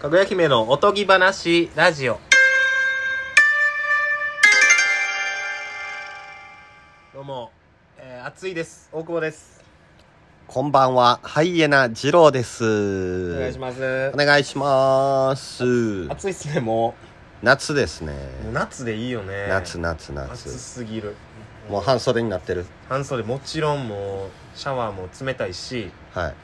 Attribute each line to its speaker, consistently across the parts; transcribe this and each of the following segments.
Speaker 1: かぐや姫のおとぎ話ラジオどうも、えー、暑いです大久保です
Speaker 2: こんばんは、ハイエナ二郎です。
Speaker 1: お
Speaker 2: お
Speaker 1: 願いします
Speaker 2: お願いします。
Speaker 1: 暑いっすねも
Speaker 2: 夏ですね。
Speaker 1: うもう夏でいいよね
Speaker 2: 夏、
Speaker 1: 暑
Speaker 2: 夏、夏。
Speaker 1: すぎる
Speaker 2: もう半袖になってる。
Speaker 1: 半袖もちろんもうシャワーも冷たいし
Speaker 2: はい。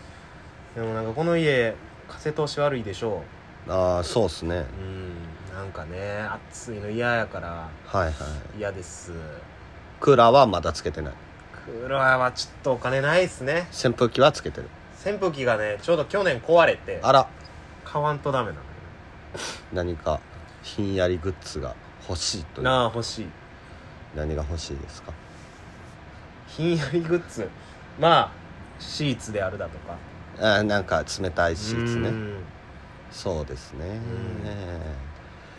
Speaker 1: でもなんかこの家風通し悪いでしょ
Speaker 2: ああ、そうっすね。
Speaker 1: ううんなんかね暑いの嫌やから
Speaker 2: はいはい。
Speaker 1: 嫌です
Speaker 2: クーラーはまだつけてない。
Speaker 1: クーラーはちょっとお金ないですね
Speaker 2: 扇風機はつけてる。
Speaker 1: 扇風機がねちょうど去年壊れて
Speaker 2: あら、
Speaker 1: 買わんとダメなのよ
Speaker 2: 何かひんやりグッズが欲しいという。
Speaker 1: なあ欲しい
Speaker 2: 何が欲しいですか
Speaker 1: ひんやりグッズまあシーツであるだとか
Speaker 2: あーなんか冷たいシーツ
Speaker 1: う
Speaker 2: ね。
Speaker 1: ん
Speaker 2: そうですね。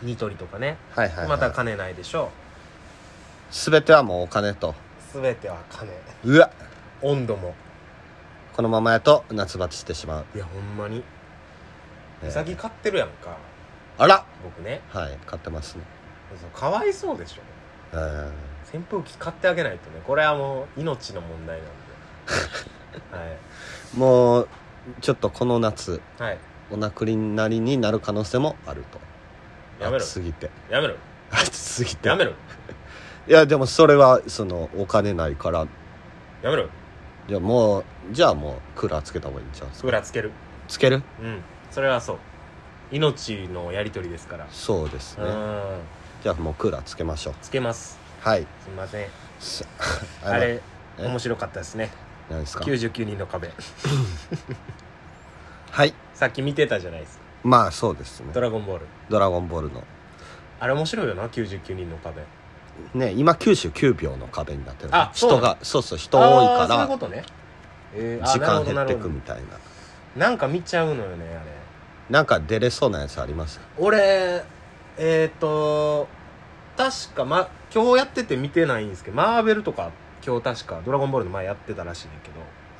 Speaker 1: ニトリとかね
Speaker 2: はいはい、はい。
Speaker 1: また金ないでしょ
Speaker 2: すべてはもうお金と。
Speaker 1: う全ては金
Speaker 2: うわ
Speaker 1: 温度も
Speaker 2: このままやと夏バテしてしまう。
Speaker 1: いやほんまに
Speaker 2: えー
Speaker 1: ウサギ飼ってるやんか
Speaker 2: あら
Speaker 1: 僕ね
Speaker 2: はい買ってますね
Speaker 1: そうかわいそうでしょ
Speaker 2: うん
Speaker 1: 扇風機買ってあげないとねこれはもう命の問題 なんではい
Speaker 2: もうちょっとこの夏
Speaker 1: はい
Speaker 2: お亡くなりになる可能性もあると
Speaker 1: やめろ
Speaker 2: 暑すぎて
Speaker 1: やめろ
Speaker 2: 暑すぎて
Speaker 1: やめろ
Speaker 2: いやでもそれはそのお金ないから
Speaker 1: やめろ
Speaker 2: じゃあもうじゃあもうクーラーつけた方がいいんちゃう
Speaker 1: クーラーつける
Speaker 2: つける
Speaker 1: うんそれはそう命のやり取りですから、
Speaker 2: そうです
Speaker 1: う
Speaker 2: ね
Speaker 1: ん
Speaker 2: じゃあもうクーラーつけましょう
Speaker 1: つけます
Speaker 2: はい
Speaker 1: すいません
Speaker 2: す
Speaker 1: あれ
Speaker 2: え
Speaker 1: 面白かったですね
Speaker 2: 何ですか
Speaker 1: 99人の壁
Speaker 2: はい
Speaker 1: さっき見てたじゃないですか
Speaker 2: まあそうで
Speaker 1: 「
Speaker 2: すね
Speaker 1: ドラゴンボール
Speaker 2: ドラゴンボールの」
Speaker 1: あれ面白いよな99人の壁
Speaker 2: ね今99秒の壁になってる
Speaker 1: あそうな
Speaker 2: 人
Speaker 1: の
Speaker 2: がそうそう人多い
Speaker 1: あーそういうこ
Speaker 2: か
Speaker 1: とね、えーあ
Speaker 2: ら
Speaker 1: ー
Speaker 2: 時間減
Speaker 1: な
Speaker 2: っ
Speaker 1: る
Speaker 2: て
Speaker 1: ほど
Speaker 2: く
Speaker 1: なる
Speaker 2: み
Speaker 1: ほ
Speaker 2: たいな
Speaker 1: どなんか見ちゃうのよねあれ
Speaker 2: なんか出れそうなやつあります
Speaker 1: 俺えっ、ー、と確か、ま、今日やってて見てないんですけどマーベルとか今日確か「ドラゴンボール」の前やってたらしいねんだけ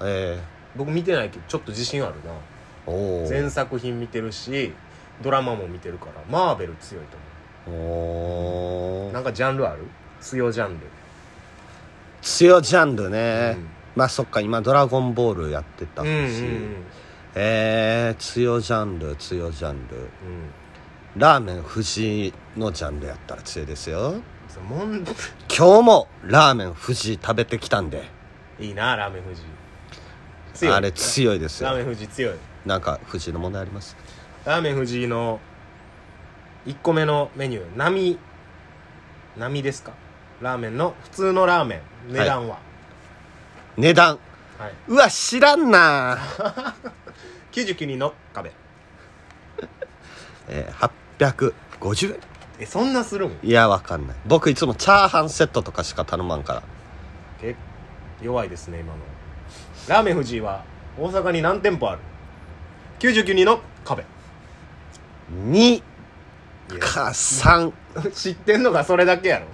Speaker 1: ど
Speaker 2: え
Speaker 1: 僕見てないけどちょっと自信あるな
Speaker 2: えお
Speaker 1: 前
Speaker 2: ー
Speaker 1: 作品見てるしドラマも見てるからマーベル強いと思
Speaker 2: お
Speaker 1: う
Speaker 2: ー
Speaker 1: なんかジャンルある強ジャンル、
Speaker 2: 強ジャンルね、
Speaker 1: うん
Speaker 2: まあそっか今「ドラゴンボール」やってた
Speaker 1: う
Speaker 2: し、
Speaker 1: んうん
Speaker 2: ええ強ジャンル強ジャンル
Speaker 1: うんうん
Speaker 2: ラーメン藤井のジャンルやったら強いですよ
Speaker 1: そうもん
Speaker 2: 今日もラーメン藤井食べてきたんで
Speaker 1: いいなラーメン富士強い
Speaker 2: あれ強いです
Speaker 1: ラーメン
Speaker 2: よ
Speaker 1: 富士強い
Speaker 2: なんか藤井の問題あります
Speaker 1: ラーメン富士の1個目のメニュー波波ですかラーメンの普通のラーメン値段は、
Speaker 2: 値段
Speaker 1: はい
Speaker 2: うわ知らんな
Speaker 1: 99人の壁
Speaker 2: えー、850円
Speaker 1: えそんなするん
Speaker 2: いやわかんない僕いつもチャーハンセットとかしか頼まんから
Speaker 1: け弱いですね今のラーメン藤井は大阪に何店舗ある99人の壁
Speaker 2: 2か3
Speaker 1: 知ってんのがそれだけや ろ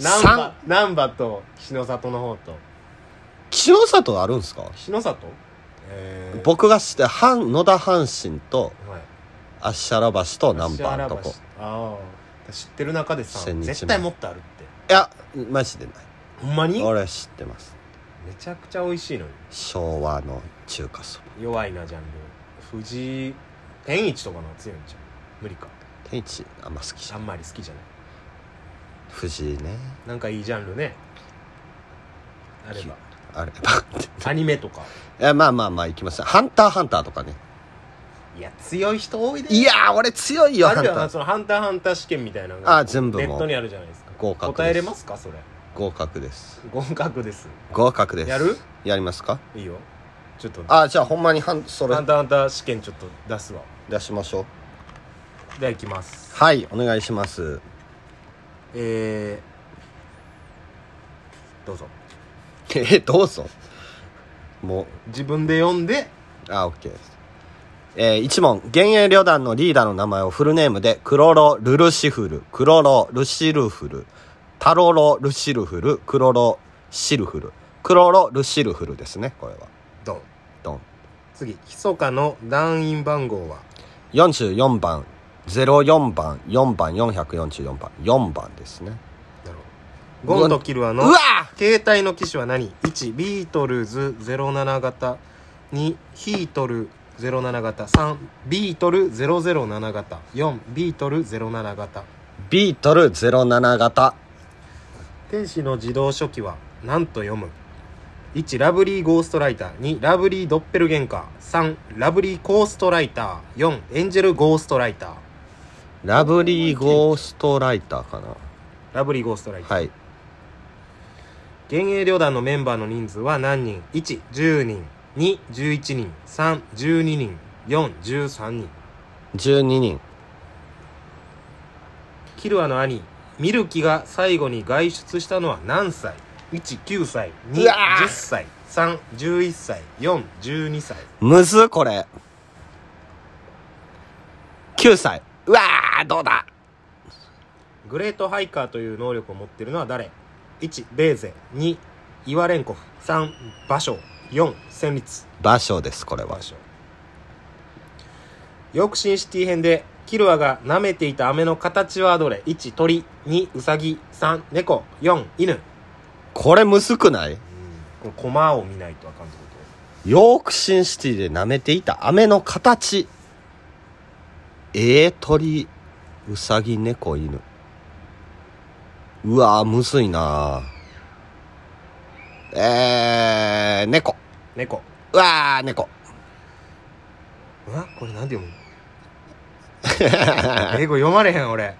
Speaker 1: 難波
Speaker 2: 三
Speaker 1: 難波と日の里の方と
Speaker 2: 岸の里あるんですか
Speaker 1: 日の里えー、
Speaker 2: 僕が知って阪野田阪神と
Speaker 1: はい
Speaker 2: アッシャラ橋とナンバーのと
Speaker 1: 芦原橋
Speaker 2: こ
Speaker 1: ああ知ってる中でさ
Speaker 2: 千日前
Speaker 1: 絶対もっとあるって
Speaker 2: いやマジでな
Speaker 1: ほんまに
Speaker 2: い俺知ってます
Speaker 1: めちゃくちゃ美味しいのに
Speaker 2: 昭和の中華そば
Speaker 1: 弱いなジャンル藤井天一とかの方が強いんじゃん無理か
Speaker 2: 天一あんま好きじ
Speaker 1: あ
Speaker 2: ゃん
Speaker 1: んまり好きじゃない
Speaker 2: 藤井ね
Speaker 1: なんかいいジャンルねあれば
Speaker 2: あれ ば
Speaker 1: アニメとか
Speaker 2: いやまあまあまあいきますハンターハンターとかね
Speaker 1: いや強い人多いで
Speaker 2: いやー俺強いよ
Speaker 1: あ
Speaker 2: ハン
Speaker 1: る
Speaker 2: タ
Speaker 1: よな
Speaker 2: ー
Speaker 1: そのハンターハンター試験みたいなの
Speaker 2: あ全部もう
Speaker 1: ネットにあるじゃないですか
Speaker 2: 合格です
Speaker 1: 答えれますかそれ
Speaker 2: 合格です
Speaker 1: 合格です
Speaker 2: 合格です
Speaker 1: やる
Speaker 2: やりますか
Speaker 1: いいよちょっとハ
Speaker 2: あじゃあほんまにハンそれ
Speaker 1: ンターハンター試験ちょっと出すわ
Speaker 2: 出しましょう
Speaker 1: ではいきます
Speaker 2: はいお願いします
Speaker 1: えー、どうぞ
Speaker 2: えどうぞもう
Speaker 1: 自分で読んで
Speaker 2: あ、OK です。えー、1問。幻影旅団のリーダーの名前をフルネームで、クロロ・ルルシフル、クロロ・ルシルフル、タロロ・ルシルフル、クロロ・シルフル、クロロ・ルシルフルですね、これは。
Speaker 1: ドン
Speaker 2: ドン。
Speaker 1: 次密かの団員番号は
Speaker 2: 44番、 04番4番444番4番ですね
Speaker 1: なるほどゴンとキルア
Speaker 2: う
Speaker 1: の
Speaker 2: わ
Speaker 1: 携帯の機種は何 ?1 ビートルズ07型2ヒートル07型3ビートル007型4ビートル07型
Speaker 2: ビートル07型
Speaker 1: 天使の自動書記は何と読む1ラブリーゴーストライター2ラブリードッペルゲンカー3ラブリーコーストライター4エンジェルゴーストライター
Speaker 2: ラブリーゴーストライターかな
Speaker 1: ラブリーゴーストライター、
Speaker 2: はい
Speaker 1: 幻影旅団のメンバーの人数は何人 ?110 人211人312人413人
Speaker 2: 12人
Speaker 1: キルアの兄ミルキが最後に外出したのは何歳 ?19 歳
Speaker 2: うわー
Speaker 1: 20歳311歳412歳
Speaker 2: むずこれ9歳うわーどうだ
Speaker 1: グレートハイカーという能力を持っているのは誰 ?1 ベーゼ2イワレンコフ3馬ショ4戦律
Speaker 2: 場所ですこれは
Speaker 1: ヨークシンシティ編でキルアが舐めていた飴の形はどれ ?1 鳥2ウサギ3猫4犬
Speaker 2: これむずくない
Speaker 1: このコマを見ないとあかんってこと
Speaker 2: ヨークシンシティで舐めていた飴の形ええ鳥うさぎ猫犬うわーむずいなえー、猫
Speaker 1: 猫
Speaker 2: うわー猫
Speaker 1: うわこれなんて読むの英語読まれへん俺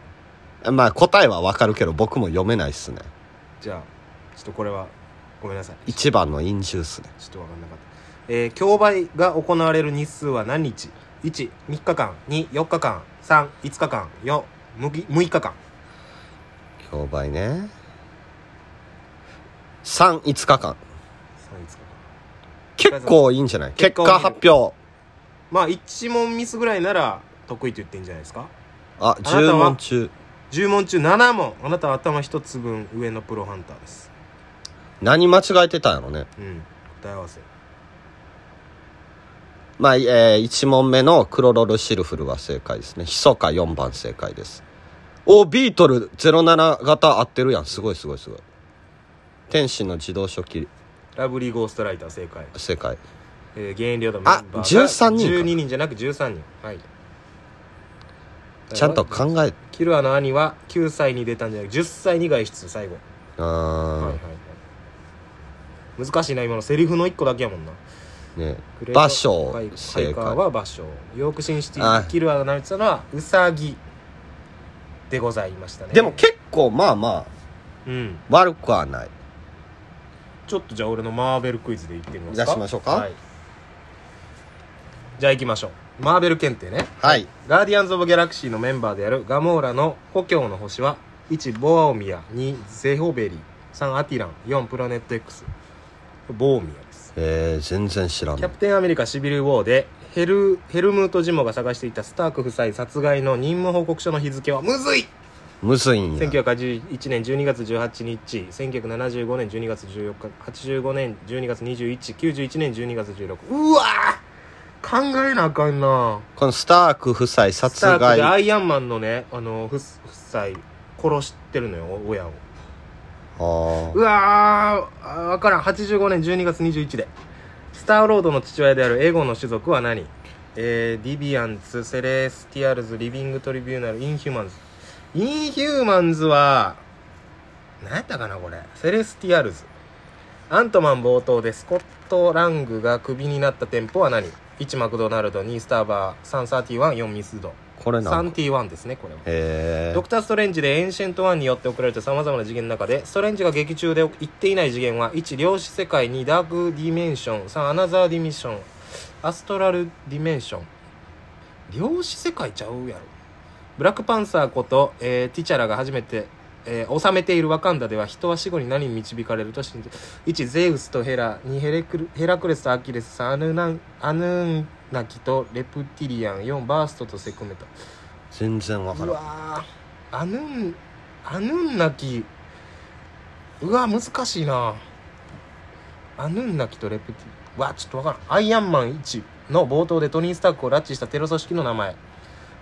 Speaker 2: まあ答えはわかるけど僕も読めないっすね
Speaker 1: じゃあちょっとこれはごめんなさい
Speaker 2: 一番の飲酒っすね
Speaker 1: ちょっとわかんなかった。えー、競売が行われる日数は何日 ?1、3日間、2、4日間、3、5日間、4、6, 6日間。
Speaker 2: 競売ね35日間
Speaker 1: 3、5日間。
Speaker 2: 結構いいんじゃない
Speaker 1: 結
Speaker 2: 結
Speaker 1: 果を
Speaker 2: 果発表
Speaker 1: まあ、1問ミスぐらいなら得意と言っていいんじゃないですか
Speaker 2: あ
Speaker 1: たは
Speaker 2: 10問中
Speaker 1: ?10 問中7問。あなたは頭1つ分上のプロハンターです。
Speaker 2: 何間違えてたんやろね
Speaker 1: うん。答え合わせ。
Speaker 2: まあ、え1問目のクロロルシルフルは正解ですね。ヒソカ4番正解です。お、ビートル07型合ってるやん。すごいすごいすごい。天使の自動書記
Speaker 1: ラブリーゴーストライター正解。
Speaker 2: 正解。
Speaker 1: えー、原因量のメンバ
Speaker 2: あ
Speaker 1: ーが
Speaker 2: 13人か
Speaker 1: 12人じゃなく13人。はい。
Speaker 2: ちゃんと考え、
Speaker 1: キルアの兄は9歳に出たんじゃなく10歳に外出、最後。はい
Speaker 2: あ
Speaker 1: はいはい、難しいな今のセリフの一個だけやもんな
Speaker 2: ー、ね場所
Speaker 1: ハイカーハ
Speaker 2: 正
Speaker 1: イカー
Speaker 2: 解。
Speaker 1: は場所ヨークシンシテ
Speaker 2: あ
Speaker 1: ィキルアが舐めてたのはウサギでございましたね
Speaker 2: でも結構まあまあ、
Speaker 1: うん
Speaker 2: 悪くはない。
Speaker 1: ちょっとじゃあ俺のマーベルクイズでいってみますか
Speaker 2: 出しましょうか
Speaker 1: はい、じゃあ行きましょうマーベル検定ね
Speaker 2: はい。
Speaker 1: ガーディアンズ・オブ・ギャラクシーのメンバーであるガモーラの故郷の星は1ボアオミア2ゼホベリー3アティラン4プラネット X ボーミアです
Speaker 2: えー、全然知らん
Speaker 1: キャ。プテンアメリカシビルウォーでヘルヘルムート・ジモが探していたスターク夫妻殺害の任務報告書の日付はむずい
Speaker 2: むずいんや。
Speaker 1: 1981年12月18日1975年12月14日85年12月2191年12月16うわー考えなあかんな
Speaker 2: このスターク夫妻
Speaker 1: ス
Speaker 2: 殺
Speaker 1: タークでア
Speaker 2: 害。
Speaker 1: イアンマンのねあの夫夫妻殺してるのよ親を
Speaker 2: あー
Speaker 1: うわーあーわからん85年12月21でスターロードの父親であるエゴンの種族は何えー、ディビアンツセレスティアルズリビングトリビューナルインヒューマンズインヒューマンズは何やったかなこれセレスティアルズアントマン冒頭でスコット・ラングがクビになった店舗は何1マクドナルド2スターバー331 4ミスド
Speaker 2: これなんか。
Speaker 1: 31ですねこれは
Speaker 2: え
Speaker 1: ド
Speaker 2: ー
Speaker 1: ク、ター・ストレンジでエンシェント・ワンによって送られた様々な次元の中で、ストレンジが劇中で言っていない次元は、1、量子世界、2、ダーク・ディメンション、3、アナザー・ディミッション、アストラル・ディメンション。量子世界ちゃうやろ。ブラックパンサーこと、えーティチャラが初めて、えー治めているワカンダでは人は死後に何に導かれると信じ1ゼウスとヘラ2ヘレクルヘラクレスとアキレス3アヌナンアヌンナキとレプティリアン4バーストとセクメタ
Speaker 2: 全然わか
Speaker 1: う
Speaker 2: らん。
Speaker 1: わーアヌンアヌンナキうわ難しいなアヌンナキとレプティうわちょっとわからんアイアンマン1の冒頭でトニー・スタークを拉致したテロ組織の名前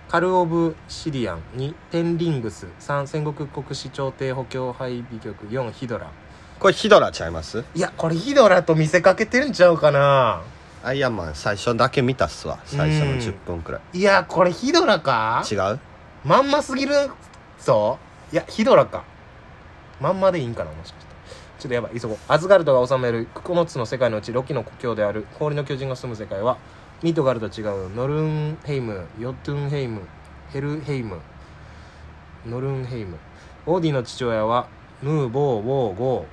Speaker 1: カル・オブ・シリアン2テンリングス3戦国国史朝廷補強配備局4ヒドラ
Speaker 2: これヒドラちゃいます
Speaker 1: いやこれヒドラと見せかけてるんちゃうかな
Speaker 2: アイアンマン最初だけ見たっすわ最初の10分くらい
Speaker 1: いやこれヒドラか
Speaker 2: 違う
Speaker 1: まんますぎるぞいやヒドラかまんまでいいんかなもしかしてちょっとやばい急ごうアズガルドが治める9つの世界のうちロキの故郷である氷の巨人が住む世界はミトガルと違うノルンヘイムヨトゥンヘイムヘルヘイムノルンヘイムオーディの父親はヌーボーウォーゴ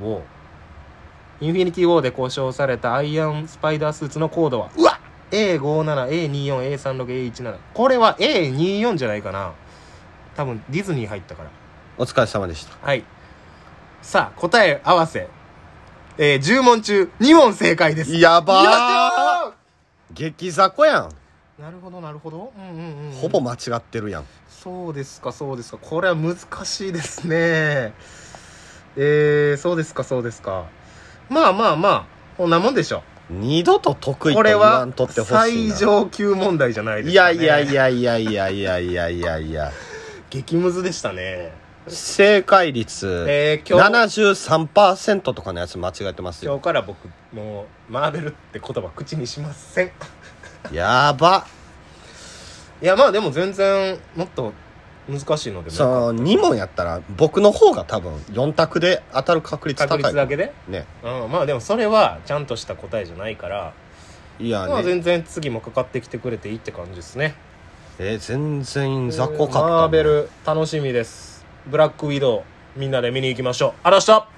Speaker 1: ーウォーインフィニティ・ウォーで交渉されたアイアン・スパイダースーツのコードはうわ A57A24A36A17 これは A24 じゃないかな多分ディズニー入ったから
Speaker 2: お疲れ様でした
Speaker 1: はいさあ答え合わせえー、10問中2問正解です
Speaker 2: やばー
Speaker 1: やっ
Speaker 2: 激雑魚やん
Speaker 1: たーなるほどなるほどうんうんうん
Speaker 2: ほぼ間違ってるやん
Speaker 1: そうですかそうですかこれは難しいですねえー、そうですかそうですかまあまあまあこんなもんでしょ
Speaker 2: 二度と得意と
Speaker 1: これ
Speaker 2: 言わ
Speaker 1: は
Speaker 2: んとってほしいな
Speaker 1: 最上級問題じゃないです
Speaker 2: い
Speaker 1: か、
Speaker 2: や
Speaker 1: ね、
Speaker 2: いやいやいやいやいやいやいやいや
Speaker 1: 激ムズでしたね
Speaker 2: 正解率、
Speaker 1: えー、今日
Speaker 2: 73%とかのやつ間違えてます
Speaker 1: 今
Speaker 2: よ
Speaker 1: 日から僕もうマーベルって言葉口にしません
Speaker 2: やば
Speaker 1: いやまあでも全然もっと難しいので
Speaker 2: その
Speaker 1: 二
Speaker 2: 2問やったら僕の方が多分4択で当たる確率高
Speaker 1: 確
Speaker 2: い
Speaker 1: 率だけで、
Speaker 2: ね
Speaker 1: うん、まあでもそれはちゃんとした答えじゃないから、
Speaker 2: いや
Speaker 1: まあ
Speaker 2: ね
Speaker 1: 全然次もかかってきてくれていいって感じですね
Speaker 2: えー全然雑魚かったな
Speaker 1: マーベル楽しみですブラックウィドウみんなで見に行きましょうあらした